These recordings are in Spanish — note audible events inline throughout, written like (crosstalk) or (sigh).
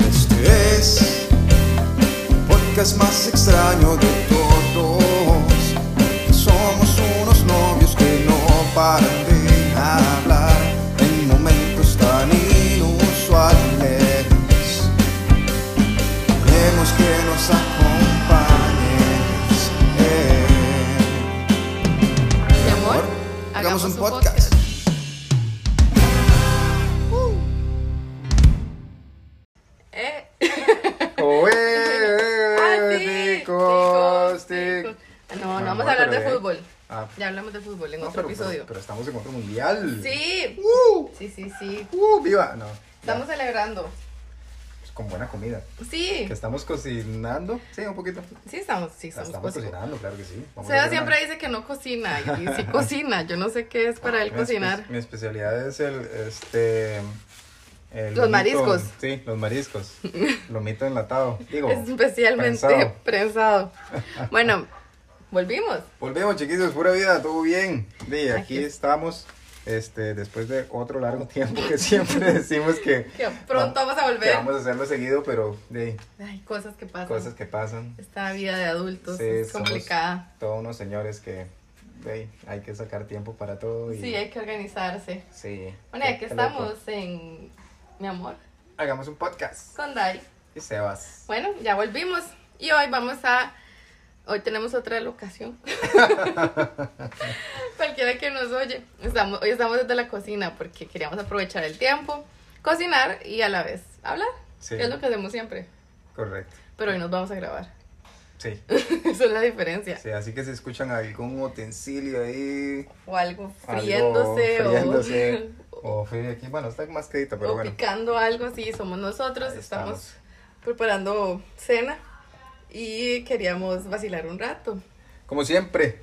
este es podcast más extraño de todos. Somos unos novios que no paran de hablar en momentos tan inusuales. Queremos que nos acompañes. eh. Mi amor, hagamos un podcast. Eh, Oh, eh, ah, eh, sí, ticos, ticos, tic. ticos. No, Mi no vamos amor, a hablar de pero, eh, fútbol. ah, Ya hablamos de fútbol en no, otro pero- episodio. Pero, pero estamos en otro mundial. Sí, Uh, sí, sí, sí. uh, viva. No. Estamos celebrando. ya, Con buena comida. Sí, Que estamos cocinando. Sí, un poquito. sí estamos, sí Estamos, estamos. cocinando. cocinando, claro que sí. Vamos a Seba hacer siempre una- Ah, dice que no cocina y (laughs) sí cocina. Yo no sé qué es para él mi espe- cocinar. Mi especialidad es el, este... el Los lomito- mariscos. Sí, los (laughs) mariscos. Lomito enlatado. Digo, Especialmente prensado. (laughs) prensado. Bueno, volvimos. volvemos chiquillos, pura vida, todo bien. Y aquí Aquí. estamos, este, después de otro largo tiempo que (laughs) siempre decimos que... Que pronto vamos a que volver. vamos a hacerlo seguido, pero de Ay, cosas que pasan. cosas que pasan. Esta vida de adultos Sí, es somos complicada. Todos unos señores que de, hay que sacar tiempo para todo. Y, Sí, hay que organizarse. sí. Bueno, ya que Qué loco. estamos en Mi Amor Hagamos un podcast. con Dai. Y Sebas. Bueno, ya volvimos. Y hoy vamos a. Hoy tenemos otra (laughs) locación. Cualquiera que nos oye. Estamos, hoy estamos desde la cocina porque queríamos aprovechar el tiempo, cocinar y a la vez hablar. Sí. Es lo que hacemos siempre. Correcto. Pero hoy nos vamos a grabar. (laughs) Sí. Esa es la diferencia. sí. Así que si escuchan algún utensilio ahí. O algo algo friéndose, o- (laughs) friéndose, O, frío aquí. Bueno, está más quedito, o, pero bueno. picando algo. Sí, somos nosotros. ahí estamos preparando cena y queríamos vacilar un rato. Como siempre.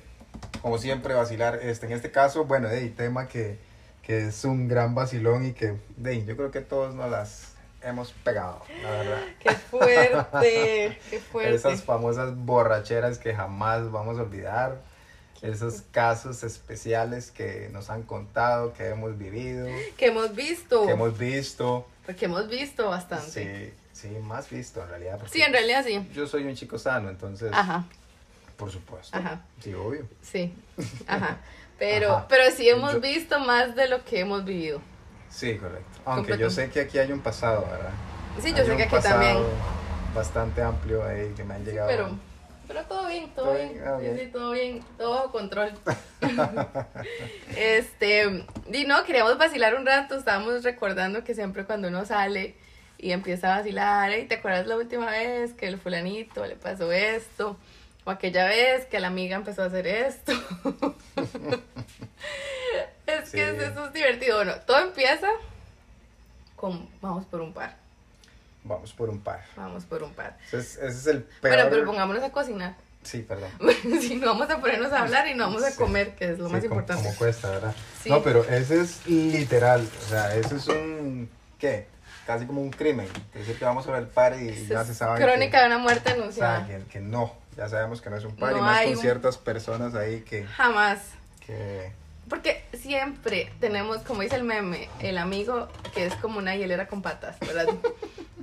Como siempre, vacilar. Este, en este caso, bueno, de tema que, que es un gran vacilón y que de, yo creo que todos nos las hemos pegado, la verdad. ¡Qué (laughs) fuerte! ¡Qué fuerte! Esas famosas borracheras que jamás vamos a olvidar. Esos casos especiales que nos han contado, que hemos vivido, Que hemos visto, que hemos visto. porque hemos visto bastante. Sí, sí, más visto en realidad. porque Sí, en realidad sí. Yo soy un chico sano, entonces, Ajá, por supuesto. Ajá. Sí, obvio. sí. Ajá. Pero, Ajá. pero sí hemos Yo- visto más de lo que hemos vivido. Sí, correcto. Aunque Completo. yo sé que aquí hay un pasado, ¿verdad? Sí, Hay yo sé un que aquí pasado también. Bastante amplio ahí que me han llegado. Pero, pero todo bien, todo Todo bien. bien, ah, Sí, bien. sí, todo bien, todo (laughs) bajo control. este, y no, queríamos vacilar un rato, estábamos recordando que siempre cuando uno sale y empieza a vacilar, y ¿te acuerdas la última vez que el fulanito le pasó esto? O aquella vez que la amiga empezó a hacer esto. (laughs) es Sí. que es- eso es divertido. Bueno, todo empieza con vamos por un par, Vamos por un par. vamos por un par. Entonces, ese es el peor. Bueno, pero pongámonos a cocinar. Sí, perdón. (laughs) si no vamos a ponernos a hablar y no vamos a Sí. comer, que es lo Sí, más como- importante. Como cuesta, ¿verdad? Sí. No, pero ese es literal. O sea, ese es un. ¿Qué? Casi como un crimen. Es decir, que vamos sobre el par y Esa ya es se sabe. que- Crónica de una muerte o sea, anunciada. que, que no. Ya sabemos que no es un par y No más hay con un- ciertas personas ahí que. Jamás. que... Porque siempre tenemos, como dice el meme, el amigo que es como una hielera con patas, (laughs) ¿verdad?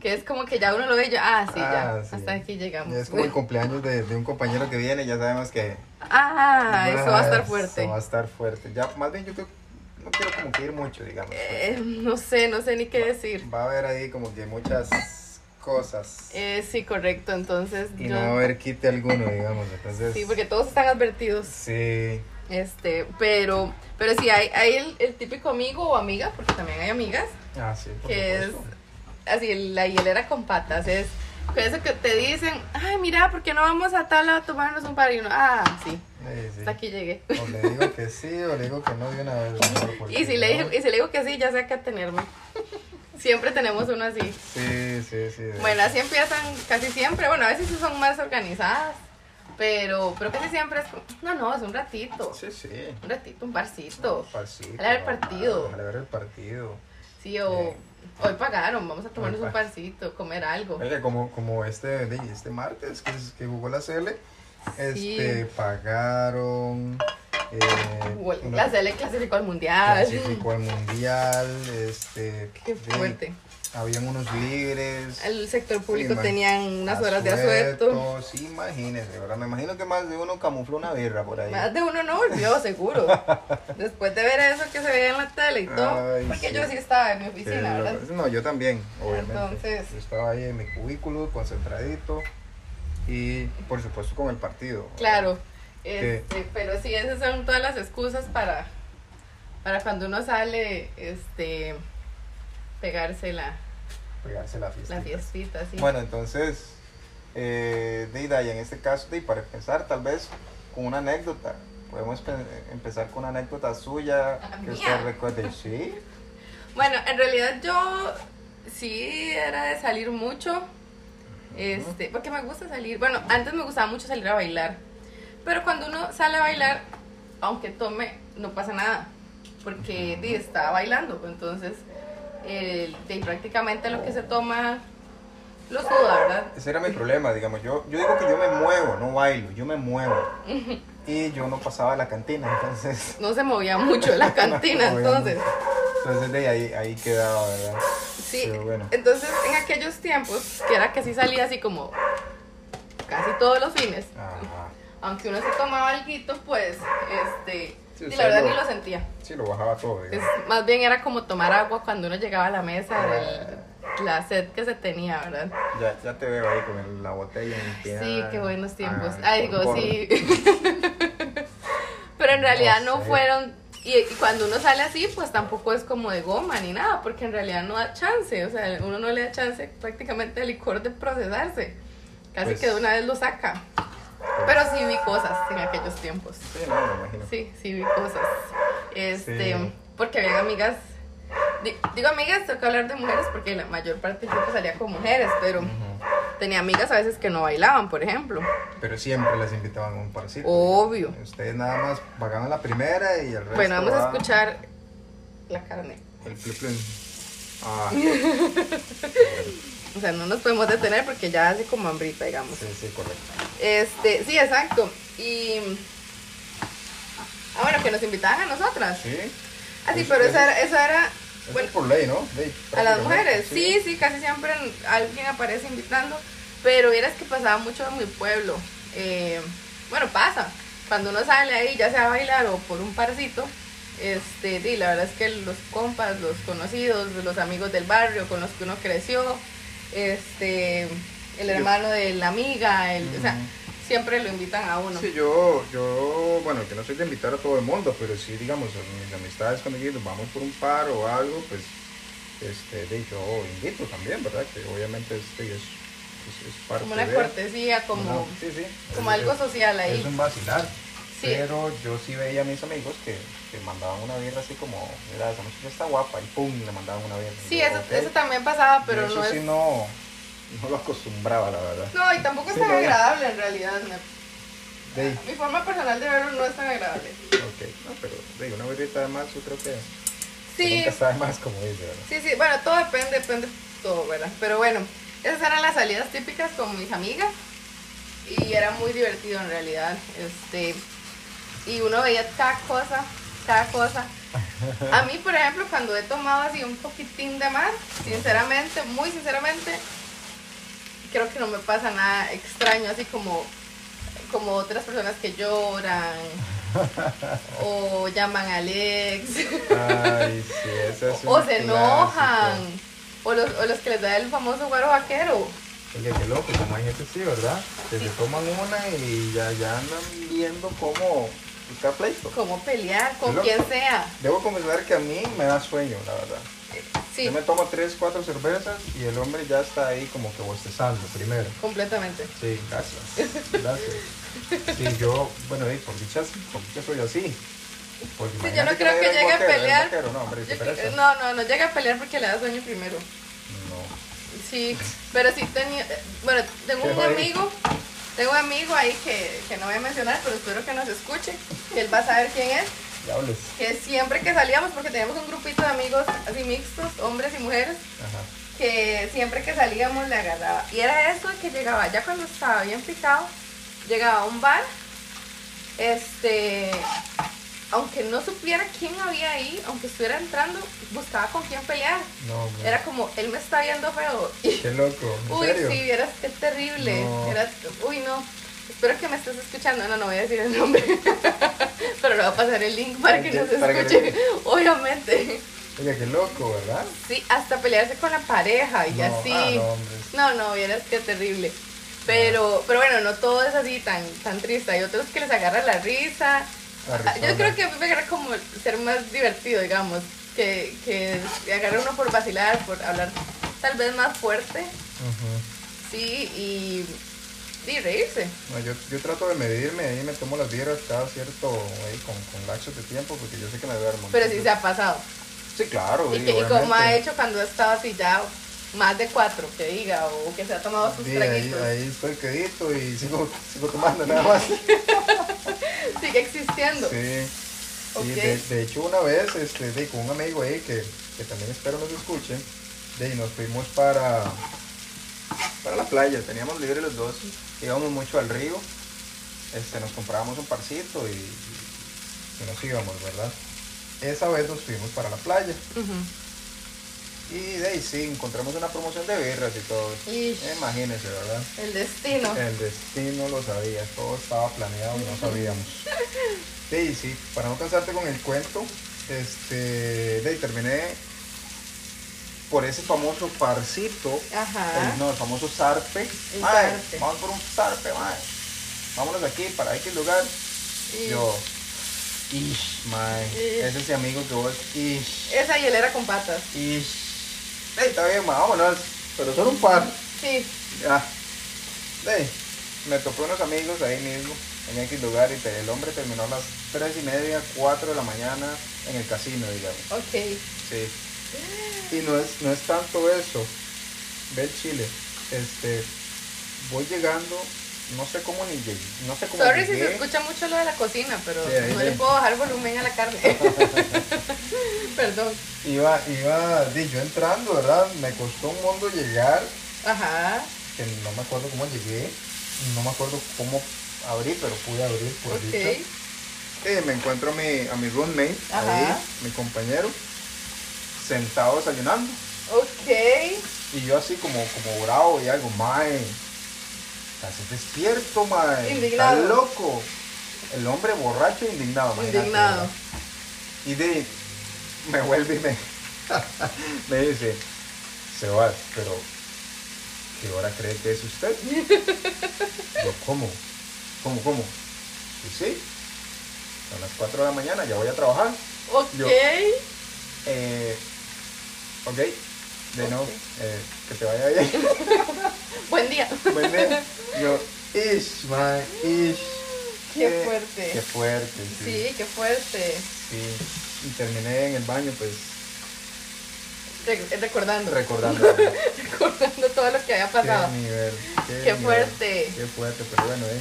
que es como que ya uno lo ve y ya, ah, sí, Ah, ya, sí. hasta aquí llegamos. Es como el cumpleaños de, de un compañero que viene, ya sabemos que. (laughs) ah, eso va a estar fuerte. Eso va a estar fuerte. Ya, más bien, yo creo- no quiero como que ir mucho, digamos. porque Eh, no sé, no sé ni qué decir. Va a haber ahí como que muchas cosas. Eh, sí, correcto, entonces Y yo- no va a haber quite alguno, digamos. Entonces, Sí, porque todos están advertidos. Sí, Este, pero, pero sí, hay, hay el, el típico amigo o amiga, porque también hay amigas, ah, sí, por que es supuesto. así, la hielera con patas, es que eso que te dicen, ay, mira, ¿por qué no vamos a tal lado a tomarnos un par? Y uno, ah, sí, Sí, sí. hasta aquí llegué. O le digo que sí o le digo que no de una vez. mejor, porque (laughs) Y si, le, no. dije- y si le digo que sí, ya sé que atenerme. (laughs) Siempre tenemos uno así. Sí, sí, sí. de- Bueno, así empiezan casi siempre, bueno, a veces sí son más organizadas, pero, pero casi siempre es, como, no, no, es un ratito, Sí, sí. un ratito, un parcito. Parcito, Al haber partido. Al haber el partido. Sí, o Sí. hoy pagaron, vamos a tomarnos Hoy un pa- pancito, comer algo. Oiga, como, como este, de- este martes que, que jugó la CL, Sí. este, pagaron, Eh, Bueno, uno la CL clasificó al mundial. clasificó al mundial. Este, (laughs) Qué de- fuerte. habían unos libres. El sector público Ima- tenían unas horas de asueto. Sí, imagínense, ¿verdad? Me imagino que más de uno camufló una birra por ahí. Más de uno no (laughs) volvió, seguro. Después de ver eso que se veía en la tele y todo. Ay, porque sí. yo sí estaba en mi Que oficina, lo- ¿verdad? no, yo también, obviamente. Entonces- Yo estaba ahí en mi cubículo, concentradito. Y por supuesto con el partido. ¿verdad? Claro. Que- Este, pero sí, esas son todas las excusas para, para cuando uno sale, este, pegarse la, Pegarse la fiesta. la fiestita, sí. Bueno, entonces, eh, Deida, y en este caso, y para empezar, tal vez con una anécdota. Podemos pe- empezar con una anécdota suya Ah, que mía. usted recuerde. Sí, Bueno, en realidad yo sí era de salir mucho. Este, porque me gusta salir. Bueno, antes me gustaba mucho salir a bailar. Pero cuando uno sale a bailar, aunque tome, no pasa nada. Porque di, estaba bailando. pues, Entonces, eh, di, prácticamente lo que se toma lo suda, ¿verdad? ese era mi problema, digamos. Yo, yo digo que yo me muevo, no bailo, yo me muevo. Y yo no pasaba la cantina, entonces. No se movía mucho (laughs) en la (laughs) cantina. Obviamente. entonces, Entonces de ahí, ahí quedaba, ¿verdad? Sí, Pero bueno. entonces en aquellos tiempos, que era que sí salía así como casi todos los fines, Ajá. aunque uno se tomaba algo, pues, este, Sí, y usted la verdad lo- ni lo sentía. Sí, lo bajaba todo, Es- digamos. más bien era como tomar agua cuando uno llegaba a la mesa, Ah. el- la sed que se tenía, ¿verdad? Ya, ya te veo ahí con el- la botella en el pie. Sí, qué buenos tiempos. Ah, Ay, por- digo, por- sí. (laughs) Pero en realidad no, sé. fueron. Y, y cuando uno sale así, pues tampoco es como de goma ni nada, porque en realidad no da chance. O sea, uno no le da chance prácticamente al licor de procesarse. Casi Pues- que de una vez lo saca. Pero sí vi cosas en aquellos tiempos. Sí, no, me imagino. Sí, sí vi cosas. Este, Sí. porque habían amigas. di- Digo amigas, tengo que hablar de mujeres porque la mayor parte del tiempo salía con mujeres, pero Ujú. tenía amigas a veces que no bailaban, por ejemplo. Pero siempre les invitaban a un parcito. Obvio. Ustedes nada más pagaban la primera y el resto. Oh. Bueno, vamos a va escuchar la carne. El plin plin. (laughs) Ah, O sea, no nos podemos detener porque ya hace como hambrita, digamos. sí, sí, correcto. Este, sí, exacto. Y. Ah, bueno, que nos invitaban a nosotras. Sí. Ah, sí, Eso- pero eso- esa era, esa era eso bueno, es por ley, ¿no? Ley, a las prácticamente, mujeres. Sí, sí, casi siempre alguien aparece invitando. Pero vieras que pasaba mucho en mi pueblo. Eh, bueno, pasa. Cuando uno sale ahí, ya sea a bailar o por un parcito, este, y la verdad es que los compas, los conocidos, los amigos del barrio con los que uno creció, este, el Yo- hermano de la amiga, el, o sea, Ujú. siempre lo invitan a uno. Mm. Sí, yo, yo, bueno, yo no soy de invitar a todo el mundo, pero sí, digamos, en mis amistades cuando yo digo, vamos por un par o algo, pues, este, de hecho, invito también, ¿verdad? Que obviamente este es, es, es parte como una de- cortesía, como, Una- sí, sí, como es- algo es- social ahí. Es un vacilar. Sí. Pero yo sí veía a mis amigos que, que mandaban una birra así como, mira, esa muchacha está guapa, y pum, le mandaban una birra. Sí, Yo, eso, ok. eso también pasaba, pero Yo eso no es... sí no, no lo acostumbraba, la verdad. No, y tampoco es Sí, tan no. agradable en realidad. me- De ahí, Mi forma personal de verlo no es tan agradable. ok, no, pero de ahí, una birrita de más, yo creo que... Que Sí, Nunca sabe más, como dice, ¿verdad? sí, sí, bueno, todo depende, depende de todo, ¿verdad? Pero bueno, esas eran las salidas típicas con mis amigas y era muy divertido en realidad. Este, y uno veía cada cosa, cada cosa. A mí, por ejemplo, cuando he tomado así un poquitín de más, sinceramente, muy sinceramente, creo que no me pasa nada extraño, así como, como otras personas que lloran o llaman a Alex. Ay, sí, ese es un O se clásico. enojan. O los, o los que les da el famoso guaro vaquero. Oye, qué loco, como hay gente así, ¿verdad? Que se toman una y ya, ya andan viendo cómo buscar pleito. Cómo pelear con Loco. quien sea. Debo confesar que a mí me da sueño, la verdad. Sí, Yo me tomo tres, cuatro cervezas y el hombre ya está ahí como que bostezando primero. completamente. Sí, gracias. Gracias. Sí, yo, bueno, y por dichas, por dichas soy así. Porque Sí, yo no imagínate creo me que den llegue a vaquero, den pelear. vaquero, no, hombre, Yo se parece. creo- no, no, no llega a pelear porque le da sueño primero. No. Sí, pero sí tenía. Bueno, tengo Qué un jodido. amigo. Tengo un amigo ahí que, que no voy a mencionar, pero espero que nos escuche. Que él va a saber quién es. Ya hables. Que siempre que salíamos, porque teníamos un grupito de amigos así mixtos, hombres y mujeres, Ajá. que siempre que salíamos le agarraba. Y era eso que llegaba, ya cuando estaba bien picado, llegaba a un bar, este, aunque no supiera quién había ahí, aunque estuviera entrando, buscaba con quién pelear. No, man. Era como, él me está viendo feo. (laughs) Y, Qué loco. ¿En uy, serio? sí, vieras qué terrible. No. Era- uy, no. Espero que me estés escuchando. No, no voy a decir el nombre. (laughs) Pero le voy a pasar el link para que Ok, nos para que- escuche. (laughs) Obviamente. Oiga, qué loco, ¿verdad? Sí, hasta pelearse con la pareja y No, así. ah, no, hombre. No, no, vieras qué terrible. Ah. Pero, pero bueno, no todo es así tan, tan triste. Hay otros que les agarra la risa. La Ah, Yo risona. creo que a mí me agarra como ser más divertido, digamos. Que, que agarra uno por vacilar, por hablar tal vez más fuerte. Ujú. Sí, y, y reírse. No, yo, yo trato de medirme, ahí me tomo las vieras cada cierto, ahí, con, con lapsos de tiempo, porque yo sé que me duermo. Pero sí entonces- se ha pasado. Sí, claro, Y, Pues sí, que, y como obviamente. ha hecho cuando ha estado así ya más de cuatro, que diga, o que se ha tomado sus Sí, ahí, traguitos. ahí estoy quedito y sigo, sigo tomando nada más. Sí, Sigue existiendo. Ok. sí, de, de hecho una vez este, de, con un amigo ahí que, que también espero nos escuche, de, y nos fuimos para, para la playa, teníamos libre los dos, íbamos mucho al río, este, nos comprábamos un parcito y, y nos íbamos, ¿verdad? Esa vez nos fuimos para la playa Ujú. y de ahí sí, encontramos una promoción de birras y todo. Ish. Eh, Imagínense, ¿verdad? El destino. El destino lo sabía, todo estaba planeado y no (laughs) sabíamos. Sí, sí, para no cansarte con el cuento, este, de, ahí terminé por ese famoso parcito, Ajá. el- no, el famoso zarpe. El Mae, zarpe. vamos por un zarpe, mae. Vámonos de aquí para X lugar. Y Yo, ish, mae, Ish. ese es mi amigo que vos, ish, Esa hielera con patas. ish. Ey, está bien, mae, vámonos, pero solo un par. Sí. Ya. Ey, Ah, me topé unos amigos ahí mismo, en X lugar, y te- el hombre terminó a las 3 y media, 4 de la mañana en el casino, digamos. Ok. Sí. Y no es, no es tanto eso. Ve el Chile. Este, voy llegando, no sé cómo ni llegué. No sé cómo Sorry si llegué. se escucha mucho lo de la cocina, pero Sí, ahí no sí. le puedo bajar volumen a (laughs) la carne. Perdón. Iba, iba, di, yo entrando, ¿verdad? Me costó un mundo llegar, Ajá. que no me acuerdo cómo llegué, no me acuerdo cómo abrí, pero pude abrir por dicha. Ok. Eh, me encuentro a mi, a mi roommate, Ajá. ahí, mi compañero, sentado desayunando. Ok. Y yo así como, como bravo y algo, mae, estás despierto, mae. Indignado. Estás loco. El hombre borracho e indignado, imagínate, Indignado. ¿verdad? Y de, me vuelve y me, (laughs) me dice, Sebas, pero, ¿qué hora cree que es usted? Yo, ¿cómo? ¿Cómo, cómo? Y sí, son las 4 de la mañana, ya voy a trabajar. Ok. Yo- Eh, ok, de no, Ok. eh, que te vaya bien. Buen día. Buen día. Yo, ish, man, ish. eh, Qué fuerte. Qué fuerte, sí. Sí, qué fuerte. Sí. Y terminé en el baño, pues, Re- recordando. recordando. (laughs) recordando todo lo que había pasado. qué nivel. Qué, Qué nivel, fuerte. Qué fuerte, pero bueno, eh.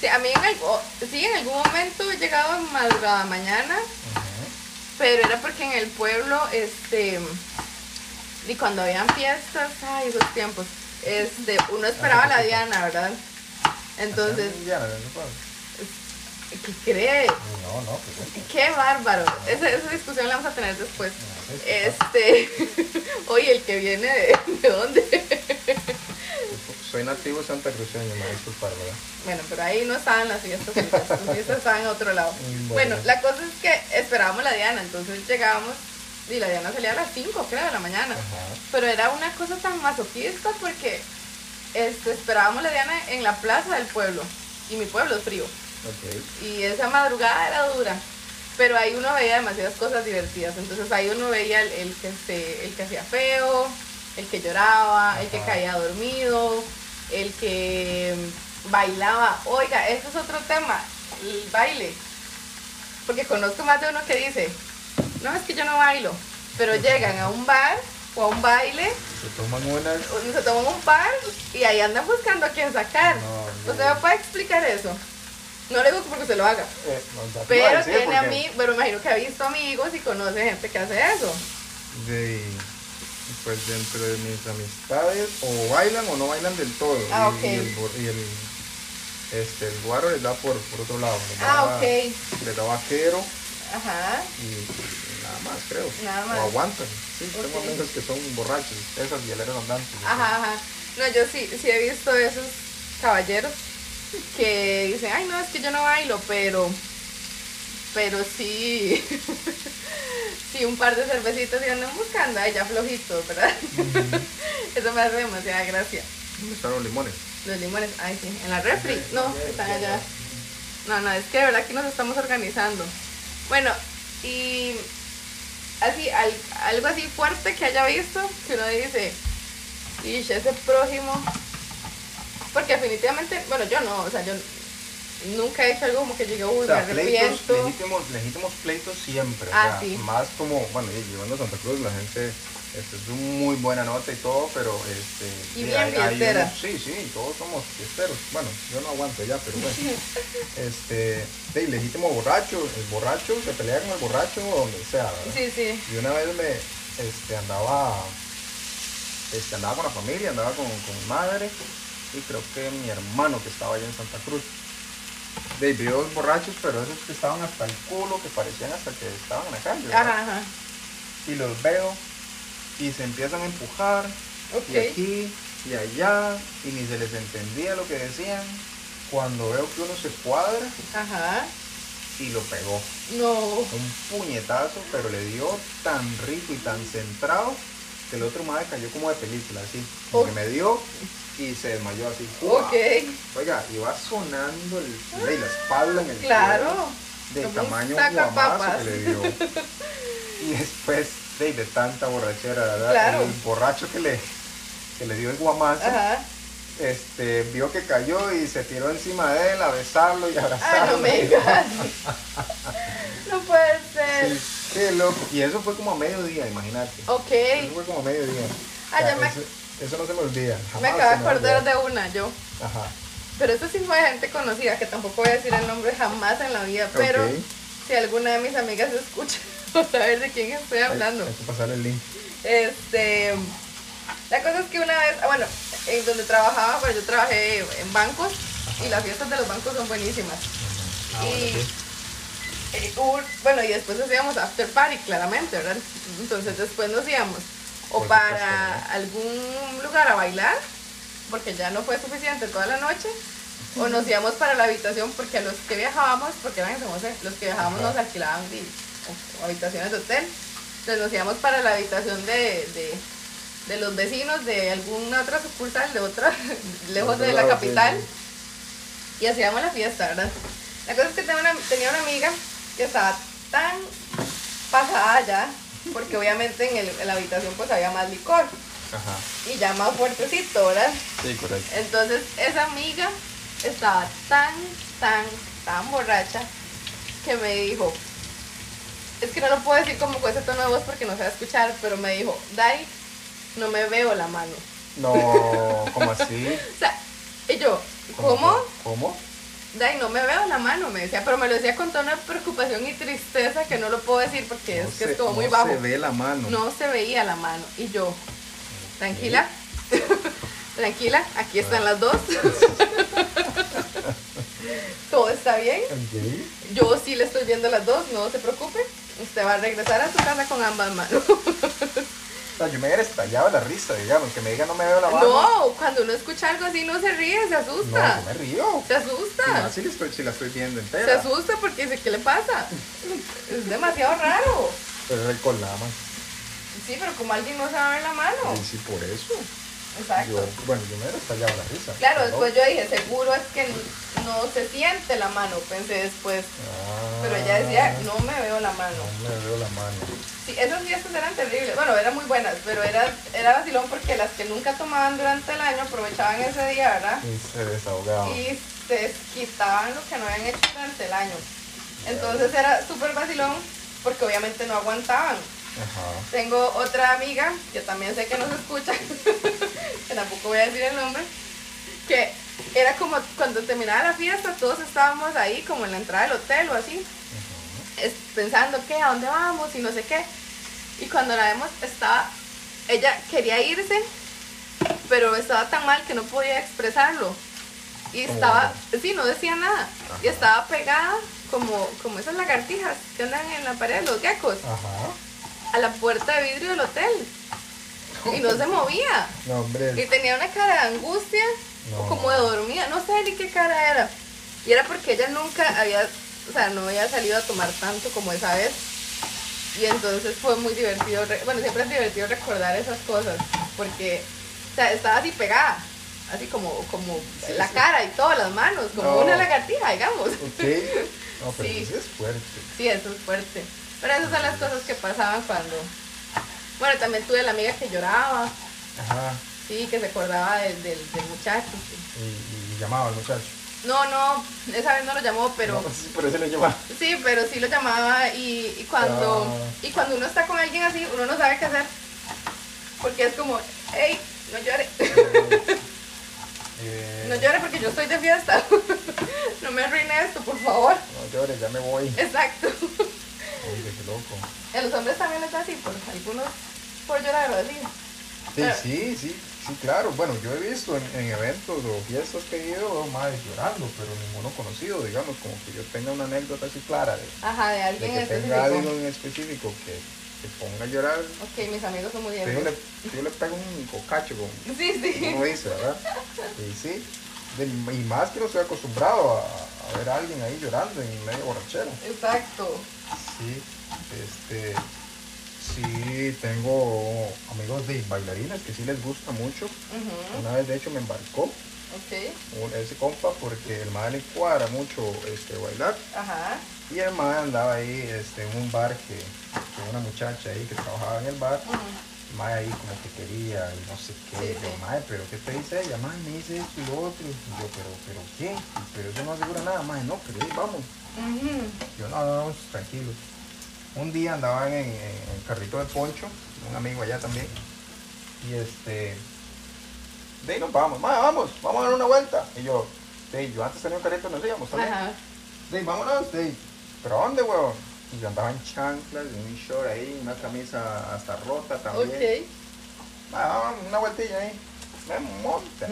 Sí, a mí en, algo, sí, en algún momento he llegado en madrugada mañana, Ujú. pero era porque en el pueblo, este, y cuando habían fiestas, ay, esos tiempos, este, uno esperaba a la poquito. Diana, ¿verdad? Entonces, Hacemos ya, ¿no? ¿qué cree? No, no, pues, bueno. Qué bárbaro. Esa, esa discusión la vamos a tener después. sí, sí, Este, (laughs) oye, el que viene de, de dónde? (laughs) Soy nativo santacruceño, me disculpar, ¿verdad? Bueno, pero ahí no estaban las fiestas, juntas, las fiestas estaban en otro lado. Mm, bueno. Bueno, la cosa es que esperábamos la Diana, entonces llegábamos y la Diana salía a las 5, creo, de la mañana. Ajá. Pero era una cosa tan masoquista porque este, esperábamos la Diana en la plaza del pueblo y mi pueblo es frío. Ok. Y esa madrugada era dura. Pero ahí uno veía demasiadas cosas divertidas. Entonces ahí uno veía el, el que, se, el que hacía feo, el que lloraba, el que Ajá. caía dormido, el que mm, bailaba. Oiga, eso es otro tema, el baile. Porque conozco más de uno que dice, no, es que yo no bailo. Pero llegan a un bar o a un baile, Se toman una. o se toman un par y ahí andan buscando a quién sacar. No, ¿Usted me no. puede explicar eso? No le digo porque se lo haga. Eh, no, ya te iba pues, Pero decir, tiene a porque- mí, pero imagino que ha visto amigos y conoce gente que hace eso. de pues dentro de mis amistades o bailan o no bailan del todo Ah, y, y ok. el, bo- y el este el guaro les da por, por otro lado les Ah, da- ok. les da vaquero Ajá. y nada más, creo. Nada más. O aguantan. Sí, tengo Ok. amigos que son borrachos, esas hieleras andantes. Ajá, ajá. No, yo sí, sí he visto esos caballeros que dicen, ay, no, es que yo no bailo, pero, pero sí, (laughs) sí, un par de cervecitas y andan buscando, ay, ya flojitos, ¿verdad? (laughs) Eso me hace demasiada gracia. ¿Dónde están los limones? Los limones, ay, sí, en la refri, no, están allá. No, no, es que de verdad que nos estamos organizando. Bueno, y así, al- algo así fuerte que haya visto, que uno dice, y ese prójimo. Porque definitivamente, bueno, yo no, o sea, yo nunca he hecho algo como que llegué, uy, O sea, me pleitos, arrepiento. legítimos, legítimos pleitos siempre. o Ah, sea, sí. Más como, bueno, y yo ando a Santa Cruz, la gente este, es un muy buena nota y todo, pero este. sí, Y bien fiestera. unos- sí, sí, todos somos fiesteros. Bueno, yo no aguanto ya, pero (laughs) bueno. este, sí, legítimo borracho, el borracho se pelea con el borracho o donde sea, ¿verdad? Sí, sí. Y una vez me este, andaba este, andaba con la familia, andaba con, con mi madre y creo que mi hermano que estaba allá en Santa Cruz. De vi dos borrachos, pero esos que estaban hasta el culo, que parecían hasta que estaban en la calle. ¿verdad? Ajá, ajá. Y los veo y se empiezan a empujar Ok. y aquí y allá y ni se les entendía lo que decían. Cuando veo que uno se cuadra Ajá. y lo pegó No. un puñetazo, pero le dio tan rico y tan centrado que el otro madre cayó como de película, así. Como que Oh. me dio y se desmayó así. ¡Fua! Ok. Oiga, y va sonando el, de la espalda en el suelo, Claro. del como un tamaño sacapapas. guamazo que le dio. Y después de, de tanta borrachera, ¿verdad? Claro. El borracho que le, que le dio el guamazo, Ajá. este, vio que cayó y se tiró encima de él a besarlo y Ay, abrazarlo. Ah, (laughs) no me digas. No puede ser. Sí, qué loco. Y eso fue como a mediodía, imagínate. Ok. Eso fue como a mediodía. Ah, ya me- eso, eso no se me olvida. jamás Me Ah, se acabo de va a acordar olvidar. de una, yo. Ajá. Pero esto sí fue de gente conocida, que tampoco voy a decir el nombre jamás en la vida. Pero Ok. si alguna de mis amigas escucha, (laughs) va a saber de quién estoy hablando. Hay, hay que pasar el link. Este. La cosa es que una vez, ah, bueno, en donde trabajaba, pero yo trabajé en bancos y las fiestas de los bancos son buenísimas. Ah, bueno, y, sí. eh, hubo- bueno, y después hacíamos after party, claramente, ¿verdad? Entonces después nos íbamos o Por supuesto, para ¿no? algún lugar a bailar, porque ya no fue suficiente toda la noche, o nos íbamos para la habitación, porque a los que viajábamos, porque eran en San José, los que viajábamos Ajá. nos alquilaban y- o- o habitaciones de hotel, entonces nos íbamos para la habitación de, de- de los vecinos de alguna otra sucursal, de otra, (laughs) lejos otro de la lado, sí, capital sí. y hacíamos la fiesta, ¿verdad? La cosa es que tenía una, tenía una amiga que estaba tan pasada ya, porque obviamente en, el- en la habitación pues había más licor Ajá. y ya más fuertecito, ¿verdad? Sí, correcto. Entonces esa amiga estaba tan, tan, tan borracha que me dijo, es que no lo puedo decir como con ese tono de voz porque no se va a escuchar, pero me dijo, Dai, no me veo la mano. No, ¿cómo así? O sea, y yo, ¿cómo? que- ¿Cómo? Dai, no me veo la mano, me decía, pero me lo decía con toda una preocupación y tristeza que no lo puedo decir porque No es que se- es como muy no bajo. se ve la mano. No se veía la mano. Y yo, tranquila, (laughs) tranquila, aquí están Ah. las dos. (laughs) Todo está bien. Ok. Yo sí le estoy viendo las dos, no se preocupe. Usted va a regresar a su casa con ambas manos. (laughs) O sea, yo me hubiera estallado la risa, digamos, que me diga no me veo la mano. No, cuando uno escucha algo así no se ríe, se No, asusta. yo me río. Se Si asusta. no, sí, la estoy, sí la estoy viendo Se entera. asusta porque dice, ¿qué (laughs) le pasa? Es demasiado raro. Pero es el colama. Sí, pero como alguien no sabe la mano. Sí, sí, por eso. Exacto. Yo, bueno, yo me hubiera estallado la risa. claro, Pero- después yo dije, seguro es que no se siente la mano, pensé después. Ah. Pero ella decía, no me veo la mano. No Ah, me veo la mano. Sí, esas fiestas eran terribles. Bueno, eran muy buenas, pero era, era vacilón porque las que nunca tomaban durante el año aprovechaban ese día, ¿verdad? Y se desahogaba. Y se quitaban lo que no habían hecho durante el año. Entonces era súper vacilón porque obviamente no aguantaban. Ajá. Tengo otra amiga que también sé que nos escucha, (laughs) que tampoco voy a decir el nombre, que era como cuando terminaba la fiesta, todos estábamos ahí como en la entrada del hotel o así, es- pensando que a dónde vamos y no sé qué. Y cuando la vemos estaba, ella quería irse, pero estaba tan mal que no podía expresarlo. Y ¿Cómo? estaba, sí, no decía nada. Y Ajá. estaba pegada como, como esas lagartijas que andan en la pared, los geckos, Ajá. a la puerta de vidrio del hotel. Y no se movía. No, hombre. Y tenía una cara de angustia, No. o como de dormida, no sé ni qué cara era. Y era porque ella nunca había, o sea, no había salido a tomar tanto como esa vez. Y entonces fue muy divertido, re- bueno, siempre es divertido recordar esas cosas, porque o sea, estaba así pegada, así como, como Sí, la sí. cara y todas las manos, como No. una lagartija, digamos. (laughs) Ok. No, pero Sí. sí. es fuerte. Sí, eso es fuerte. Pero esas son las cosas que pasaban cuando... Bueno, también tuve la amiga que lloraba, Ajá. sí, que se acordaba del, del, del muchacho. sí. Y, y llamaba al muchacho. No, no, esa vez no lo llamó, pero No, sí, pero se le llamaba. sí, pero sí lo llamaba y, y cuando Ah. y cuando uno está con alguien así, uno no sabe qué hacer. Porque es como, hey, (laughs) no llore, (laughs) Eh, no llore porque yo estoy de fiesta. (laughs) no me arruine esto, por favor. no llores, ya me (laughs) voy. Exacto. Oye, qué loco. A los hombres también les da así, por algunos por llorar o así. Sí, Pero- sí, sí, sí, claro. Bueno, yo he visto en, en eventos o fiestas que he ido, más llorando, pero ninguno conocido, digamos, como que yo tenga una anécdota así clara de, Ajá, de de alguien que en tenga algo específico. en específico que, que ponga a llorar. Ok, mis amigos son muy Yo le, bien. yo le pego un cocacho, como, Sí, sí. como dice, ¿verdad? Y sí, de- y más que no estoy acostumbrado a, a ver a alguien ahí llorando en medio borrachero. Exacto. Sí, este, sí, tengo amigos de bailarinas que sí les gusta mucho. Ujú, Una vez de hecho me embarcó Ok. un- ese compa porque el madre le cuadra mucho este, bailar Ajá. y el madre andaba ahí este, en un bar que, que una muchacha ahí que trabajaba en el bar, Ujú, el mae ahí como que quería y no sé qué, Sí, yo, sí. "Mae, pero ¿qué te dice ella? Mae, me dice esto y lo otro, y yo, pero, pero ¿qué? Pero eso no asegura nada, mae, no, pero ahí vamos. ujú. Yo no, no, no, tranquilo. Un día andaban en, en el carrito de Poncho, un amigo allá también. Y este. De ahí nos vamos, "Ma, vamos, vamos a dar una vuelta. Y yo, de ahí, yo antes tenía un carrito, nos íbamos también. Ajá. De ahí, vámonos, de ahí, pero ¿a dónde, huevón? Y yo andaba en chanclas, en un short ahí, una camisa hasta rota también. Ok. "Ma, Ah, vamos, una vueltilla ahí. Me (laughs) monta.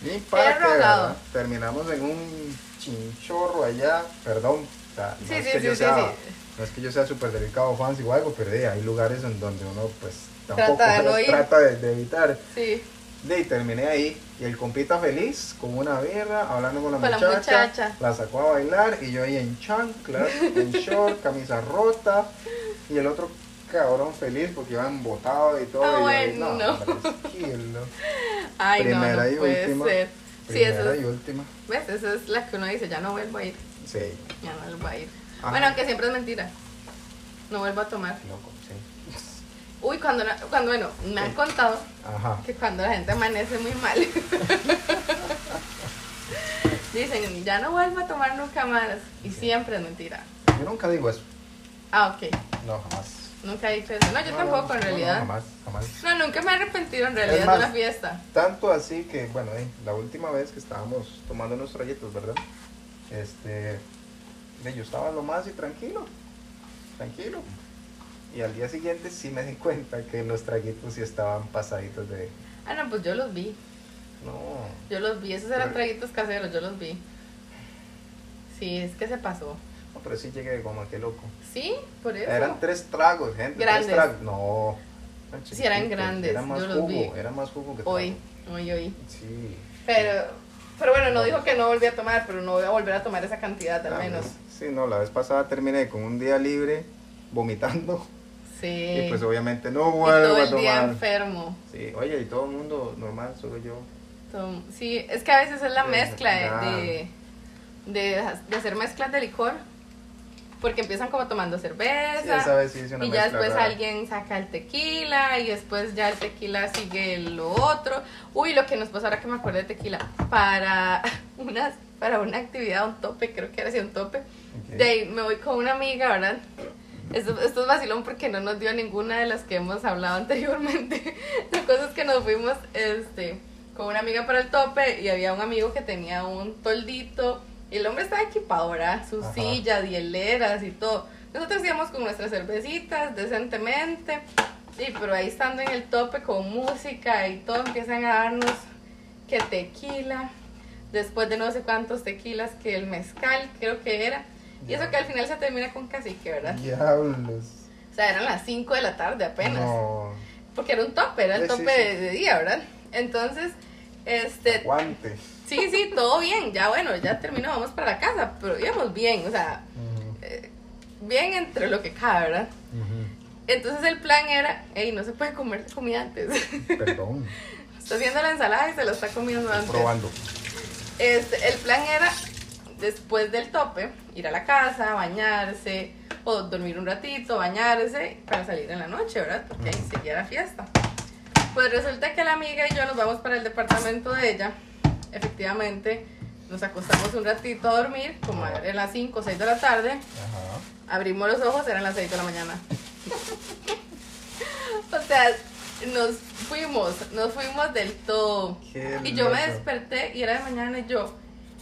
Ni Qué para qué, rogado. ¿verdad? Terminamos en un chinchorro allá, perdón. o sea, no Sí, es sí, que yo sí, sí, sea- sí. No es que yo sea súper delicado, fancy o algo, pero eh, hay lugares en donde uno pues tampoco Trata de (laughs) no ir. trata de, de evitar. Sí, De, y terminé ahí y el compita feliz con una birra, hablando con la, Con la muchacha, muchacha. la sacó a bailar y yo ahí en chanclas, (laughs) en short, camisa rota y el otro cabrón feliz porque iba embotado y todo. Ah, y yo ahí, bueno. no, hombre, (laughs) tranquilo. ay no, Primera no y puede última. ser. Sí, eso Primera y es, última. ¿ves? Esa es la que uno dice, ya no vuelvo a ir, Sí. ya no vuelvo a ir. Ajá. Bueno, aunque siempre es mentira, no vuelvo a tomar. Loco, (laughs) sí. Uy, cuando, la- cuando bueno, me han Sí. contado Ajá. que cuando la gente amanece muy mal, (laughs) dicen, ya no vuelvo a tomar nunca más, y siempre es mentira. Yo nunca digo eso. Ah, ok, No, jamás. nunca he dicho eso. No, yo No, tampoco no, en no, realidad. no, jamás, jamás. No, nunca me he arrepentido en realidad más- de una fiesta. Tanto así que, bueno, eh, la última vez que estábamos tomando unos trayetos, ¿verdad? Este, de, yo estaba lo más y tranquilo, tranquilo. Y al día siguiente sí me di (laughs) cuenta que los traguitos sí estaban pasaditos de... Ah, no, pues yo los vi. No, Yo los vi, esos eran Pero- traguitos caseros, yo los vi. Sí, es que se pasó. no, pero sí llegué como que loco. Sí, por eso. Eran tres tragos, gente. Grandes. Tres tragos. No. Sí, eran chiquitos, grandes, Era más yo los jugo, vi. era más jugo que Hoy, trago. hoy, hoy. Sí. Pero, pero bueno, no dijo que no volví a tomar, pero no voy a volver a tomar esa cantidad al Ah, menos. Sí, no, la vez pasada terminé con un día libre, vomitando. Sí. Y pues obviamente no Y vuelvo todo a el día tomar. enfermo. Sí, oye, y todo el mundo normal, solo yo. Todo- Sí, es que a veces es la Sí, mezcla ya. de, de, de hacer mezclas de licor. Porque empiezan como tomando cerveza. Sí, esa vez sí hice una Y ya mezcla después rara. alguien saca el tequila y después ya el tequila sigue lo otro. Uy, lo que nos pasó ahora que me acuerdo de tequila, para (laughs) una, para una actividad, un tope, creo que era así un tope. Ok. De ahí me voy con una amiga, ¿verdad? Esto, esto es vacilón porque no nos dio ninguna de las que hemos hablado (laughs) anteriormente. La cosa es que nos fuimos este, con una amiga para el tope y había un amigo que tenía un toldito. Y el hombre estaba equipado, ¿verdad? Su Ajá. silla, hieleras y todo. Nosotros íbamos con nuestras cervecitas decentemente. Y pero ahí estando en el tope con música y todo, empiezan a darnos que tequila. Después de no sé cuántos tequilas, que el mezcal creo que era. Y eso que al final se termina con cacique, ¿verdad? Diablos. O sea, eran las 5 de la tarde apenas. No. Porque era un tope, era el Sí, sí, tope sí. De, de día, ¿verdad? Entonces, este, Guantes. sí, sí, todo bien, ya bueno, ya terminó, vamos para la casa, pero íbamos bien, o sea, eh, bien entre lo que cabe, ¿verdad? Entonces el plan era, hey, no se puede comer comida antes. (laughs) Perdón. está haciendo la ensalada y se la está comiendo Estoy antes. probando. Este, el plan era, después del tope, ir a la casa, bañarse, o dormir un ratito, bañarse, para salir en la noche, ¿verdad? Porque ahí seguía la fiesta. Pues resulta que la amiga y yo nos vamos para el departamento de ella. Efectivamente, nos acostamos un ratito a dormir, como a en las 5 o 6 de la tarde. Ajá. Abrimos los ojos, eran las 6 de la mañana. (laughs) o sea, nos fuimos, nos fuimos del todo. Qué y yo me loco. desperté y era de mañana y yo,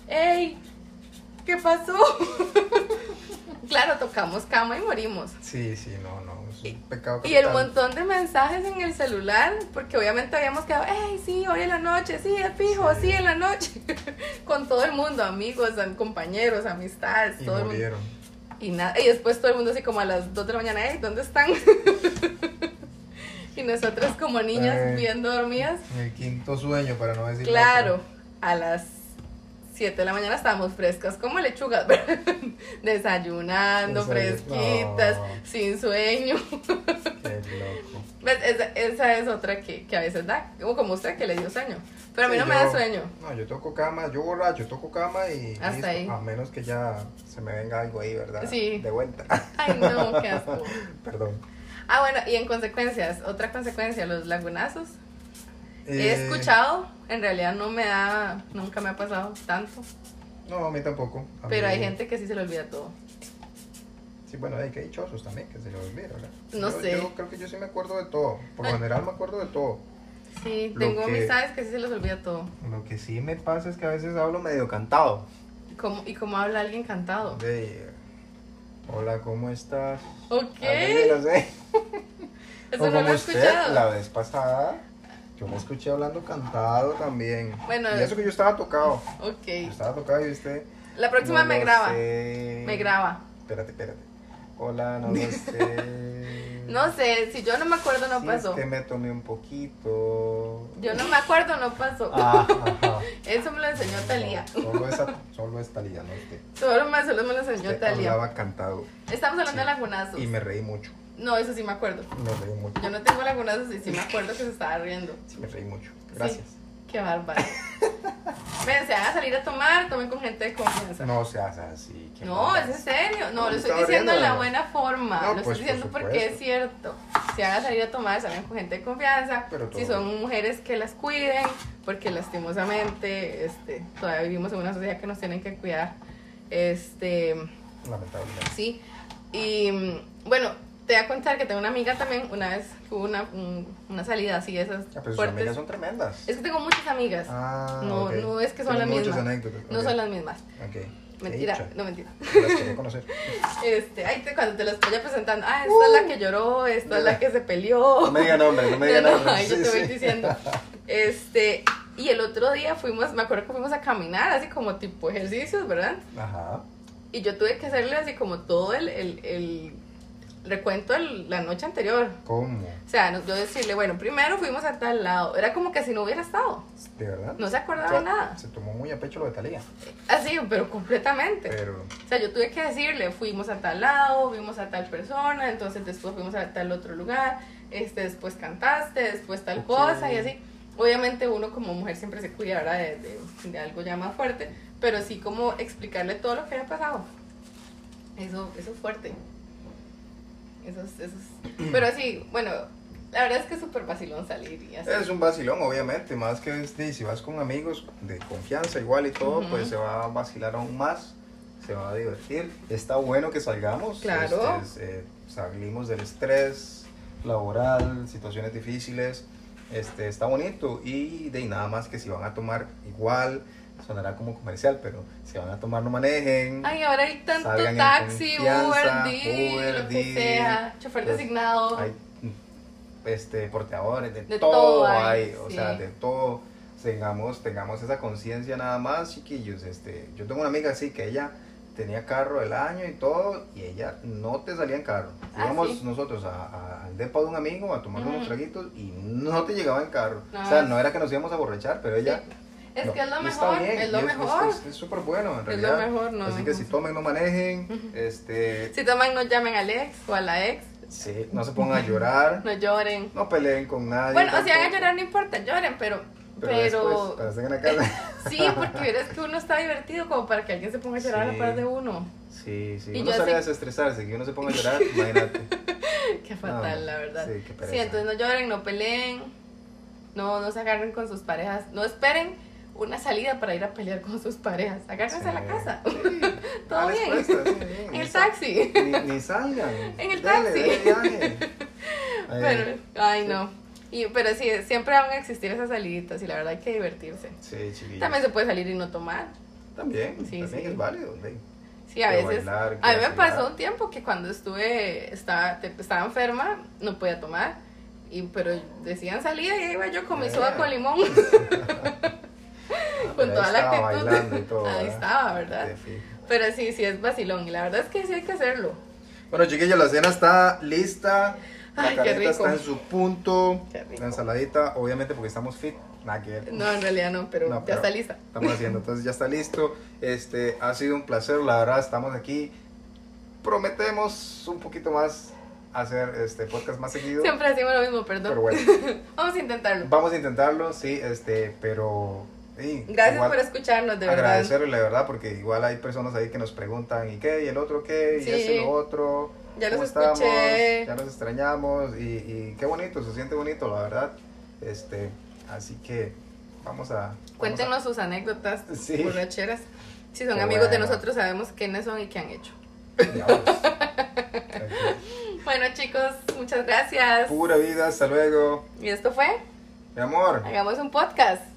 ¡Ey! ¿Qué pasó? (laughs) claro, tocamos cama y morimos. Sí, sí, no, no. Es un pecado. Y el capital. montón de mensajes en el celular, porque obviamente habíamos quedado, ¡Ey, sí, hoy en la noche! ¡Sí, es fijo! Sí. ¡Sí, en la noche! (laughs) Con todo el mundo, amigos, compañeros, amistades, Y todo el mundo. murieron. Y nada, y después todo el mundo así como a las 2 de la mañana, "Ey, ¿dónde están? (laughs) y nosotras como niñas Ay. bien dormidas, El quinto sueño, para no decir. claro, a las 7 de la mañana estábamos frescas como lechugas, (laughs) ¿verdad? desayunando, Desayuno. fresquitas, No. sin sueño. otro. Qué loco. ¿Ves? Esa, esa es otra que, que a veces da, como, como usted que le dio sueño, pero a mí Sí, no me yo- da sueño. No, yo toco cama, yo borracho, toco cama y. Hasta ahí. A menos que ya se me venga algo ahí, ¿verdad? Sí. De vuelta. Ay, no, qué (laughs) asco. Perdón. Ah, bueno, y en consecuencias, otra consecuencia, los lagunazos. He Eh, escuchado, en realidad no me da, nunca me ha pasado tanto, No, a mí tampoco. A pero mí- hay gente que sí se le olvida todo. Sí, bueno, hay que hay chosos también, que se le olvida, ¿verdad? No Yo- sé. Yo creo que yo sí me acuerdo de todo. Por lo Ay. general me acuerdo de todo. Sí, Lo tengo que- amistades que sí se les olvida todo. Lo que sí me pasa es que a veces hablo medio cantado. ¿Y cómo, y cómo habla alguien cantado? De, eh, hola, ¿cómo estás? Ok, Algo así, no sé. O eso no lo como he usted, escuchado. La vez pasada, yo me escuché hablando cantado también. Bueno, y eso que yo estaba tocado. Yo Ok, estaba tocado y usted. la próxima "No me lo graba, sé". me graba. Espérate, espérate. Hola, (laughs) no lo sé. No sé, si yo no me acuerdo no Sí, es pasó. que me tomé un poquito. Yo no me acuerdo no pasó. Ah, ajá. Eso me lo enseñó Talía. No, solo, esa, solo es Talía, no usted. Solo me, solo me lo enseñó Usted Talía. hablaba cantado Estamos hablando de Sí. lagunazos. y me reí mucho. No, eso sí me acuerdo. Me reí mucho. Yo no tengo lagunazos y sí me acuerdo que se estaba riendo. Sí, me reí mucho. Gracias. (laughs) Qué bárbaro. Ven, se van a salir a tomar, tomen con gente de confianza. No seas así. qué No, maldad. es este. en serio. No, No, lo me estoy estaba diciendo en riendo, la ¿no? buena forma. No, lo estoy pues, por diciendo porque es supuesto. cierto. Si van a salir a tomar, salgan con gente de confianza. Pero todo si son mujeres que las cuiden, porque lastimosamente este, todavía vivimos en una sociedad que nos tienen que cuidar. Este, Lamentablemente. sí. Y mm, bueno, te voy a contar que tengo una amiga también. Una vez hubo una, un- una salida así, esas Ah, pero sus fuertes. amigas son tremendas. Es que tengo muchas amigas. Ah, No, ok. no es que son Tienen las muchas mismas. anécdotas. No ok. son las mismas. Ok. Mentira, Dicha. no mentira. Las quería conocer. Este, ahí te, cuando te las vaya presentando, ah, esta es la que lloró, esta es la que se peleó. Uh. No me digan nombre, (laughs) no me digan No, no, nombre. ahí yo Sí, te voy sí. diciendo. Este, y el otro día fuimos, me acuerdo que fuimos a caminar, así como tipo ejercicios, ¿verdad? Ajá. Y yo tuve que hacerle así como todo el, el, el recuento de la noche anterior. ¿Cómo? O sea, no- yo decirle, bueno, primero fuimos a tal lado. Era como que si no hubiera estado. ¿De verdad? No se acordaba O sea, de nada. Se tomó muy a pecho lo de Talía. Así, pero completamente. Pero. O sea, yo tuve que decirle, fuimos a tal lado, vimos a tal persona, entonces después fuimos a tal otro lugar, este, después cantaste, después tal Ok. cosa y así. Obviamente uno como mujer siempre se cuida ahora de, de- de algo ya más fuerte, pero sí como explicarle todo lo que había pasado. Eso, eso es fuerte. Eso es, eso es- Pero sí, bueno, la verdad es que es súper vacilón salir y así. Es un vacilón, obviamente, más que este, si vas con amigos de confianza igual y todo, Ujú. pues se va a vacilar aún más, se va a divertir. Está bueno que salgamos, Claro. este, es, eh, salimos del estrés laboral, situaciones difíciles, este, está bonito y de ahí nada más que si van a tomar igual, sonará como comercial, pero si van a tomar no manejen. Ay, ahora hay tanto Salgan en taxi, Uber, confianza, Didi, lo Uber, que Didi, sea, chofer los- designado. hay este porteadores de, De todo, todo hay, hay, o sí. sea de todo tengamos tengamos esa conciencia nada más chiquillos este yo tengo una amiga así que ella tenía carro del año y todo, y ella no te salía en carro. Ah, Íbamos sí. nosotros a- a- al depa de un amigo a tomar unos Ujú. traguitos y no te llegaba en carro. No, o sea, es- no era que nos íbamos a borrachar, pero ella... Es no. que es lo Y está mejor, bien, es y lo es- mejor. Es es súper bueno, en Es lo realidad. mejor, no, Así no, que no. si tomen, no manejen, este... Si toman, no llamen al ex o a la ex, Sí, no se pongan a llorar, (laughs) no lloren. no peleen con nadie. Bueno, o si van a tampoco. llorar, no importa, lloren, pero. Pero, después, cuando estén en la casa. Sí, porque es que uno está divertido como para que alguien se ponga a llorar a Sí. la par de uno. (laughs) (laughs) Sí, sí. Y uno yo sale a así- desestresarse, que uno se ponga a (laughs) llorar, imagínate. Qué fatal, No, la verdad. sí, qué pereza. entonces no lloren, no peleen, no, no se agarren con sus parejas, no esperen una salida para ir a pelear con sus parejas. Agárrense a la Sí. casa, Sí, (laughs) Todo a la bien. expuesta, sí, (laughs) en ni el sa- taxi. Ni, ni salgan. En el Dele, taxi. dele (laughs) viaje. Ay, Pero, ay, no. Y, pero sí, siempre van a existir esas saliditas y la verdad hay que divertirse. Sí, chiquillos. También se puede salir y no tomar. También, Sí, también sí. es válido. sí. Sí, a Que veces. bailar, que A mí me bailar. pasó un tiempo que cuando estuve, estaba, te- estaba enferma, no podía tomar, y, pero decían salida y ahí iba yo con mi soda Yeah. (laughs) con limón, Ah, con Eh. pero toda ahí la estaba actitud. bailando y todo, ahí ¿verdad? estaba, ¿verdad? De fijo. Pero sí, sí es vacilón, y la verdad es que sí hay que hacerlo. Bueno, chiquillos, la cena está lista. La Ay, qué careta rico. está en su punto. Qué rico. La ensaladita, obviamente, porque estamos fit. Nada que ver. No, en realidad no, pero No, ya pero- está lista. Estamos haciendo, entonces ya está listo. Este, ha sido un placer, la verdad, estamos aquí. Prometemos un poquito más hacer este podcast más seguido. Siempre decimos lo mismo, perdón. Pero bueno, Vamos a intentarlo. vamos a intentarlo, sí, este, pero sí, Gracias igual por escucharnos, de verdad. agradecerle, la verdad, porque igual hay personas ahí que nos preguntan, ¿y qué? ¿Y el otro qué? ¿Y Sí. ese y lo otro? Ya los ¿Cómo estamos? escuché. Ya nos extrañamos y, y qué bonito, se siente bonito, la verdad. Este, así que vamos a... vamos a- Cuéntenos sus anécdotas Sí. borracheras. Si son Qué amigos de bueno. nosotros, sabemos quiénes son y qué han hecho. Diablos. (laughs) Tranquilo. Bueno, chicos, muchas gracias. Pura vida, hasta luego. Y esto fue Mi amor. Hagamos un podcast.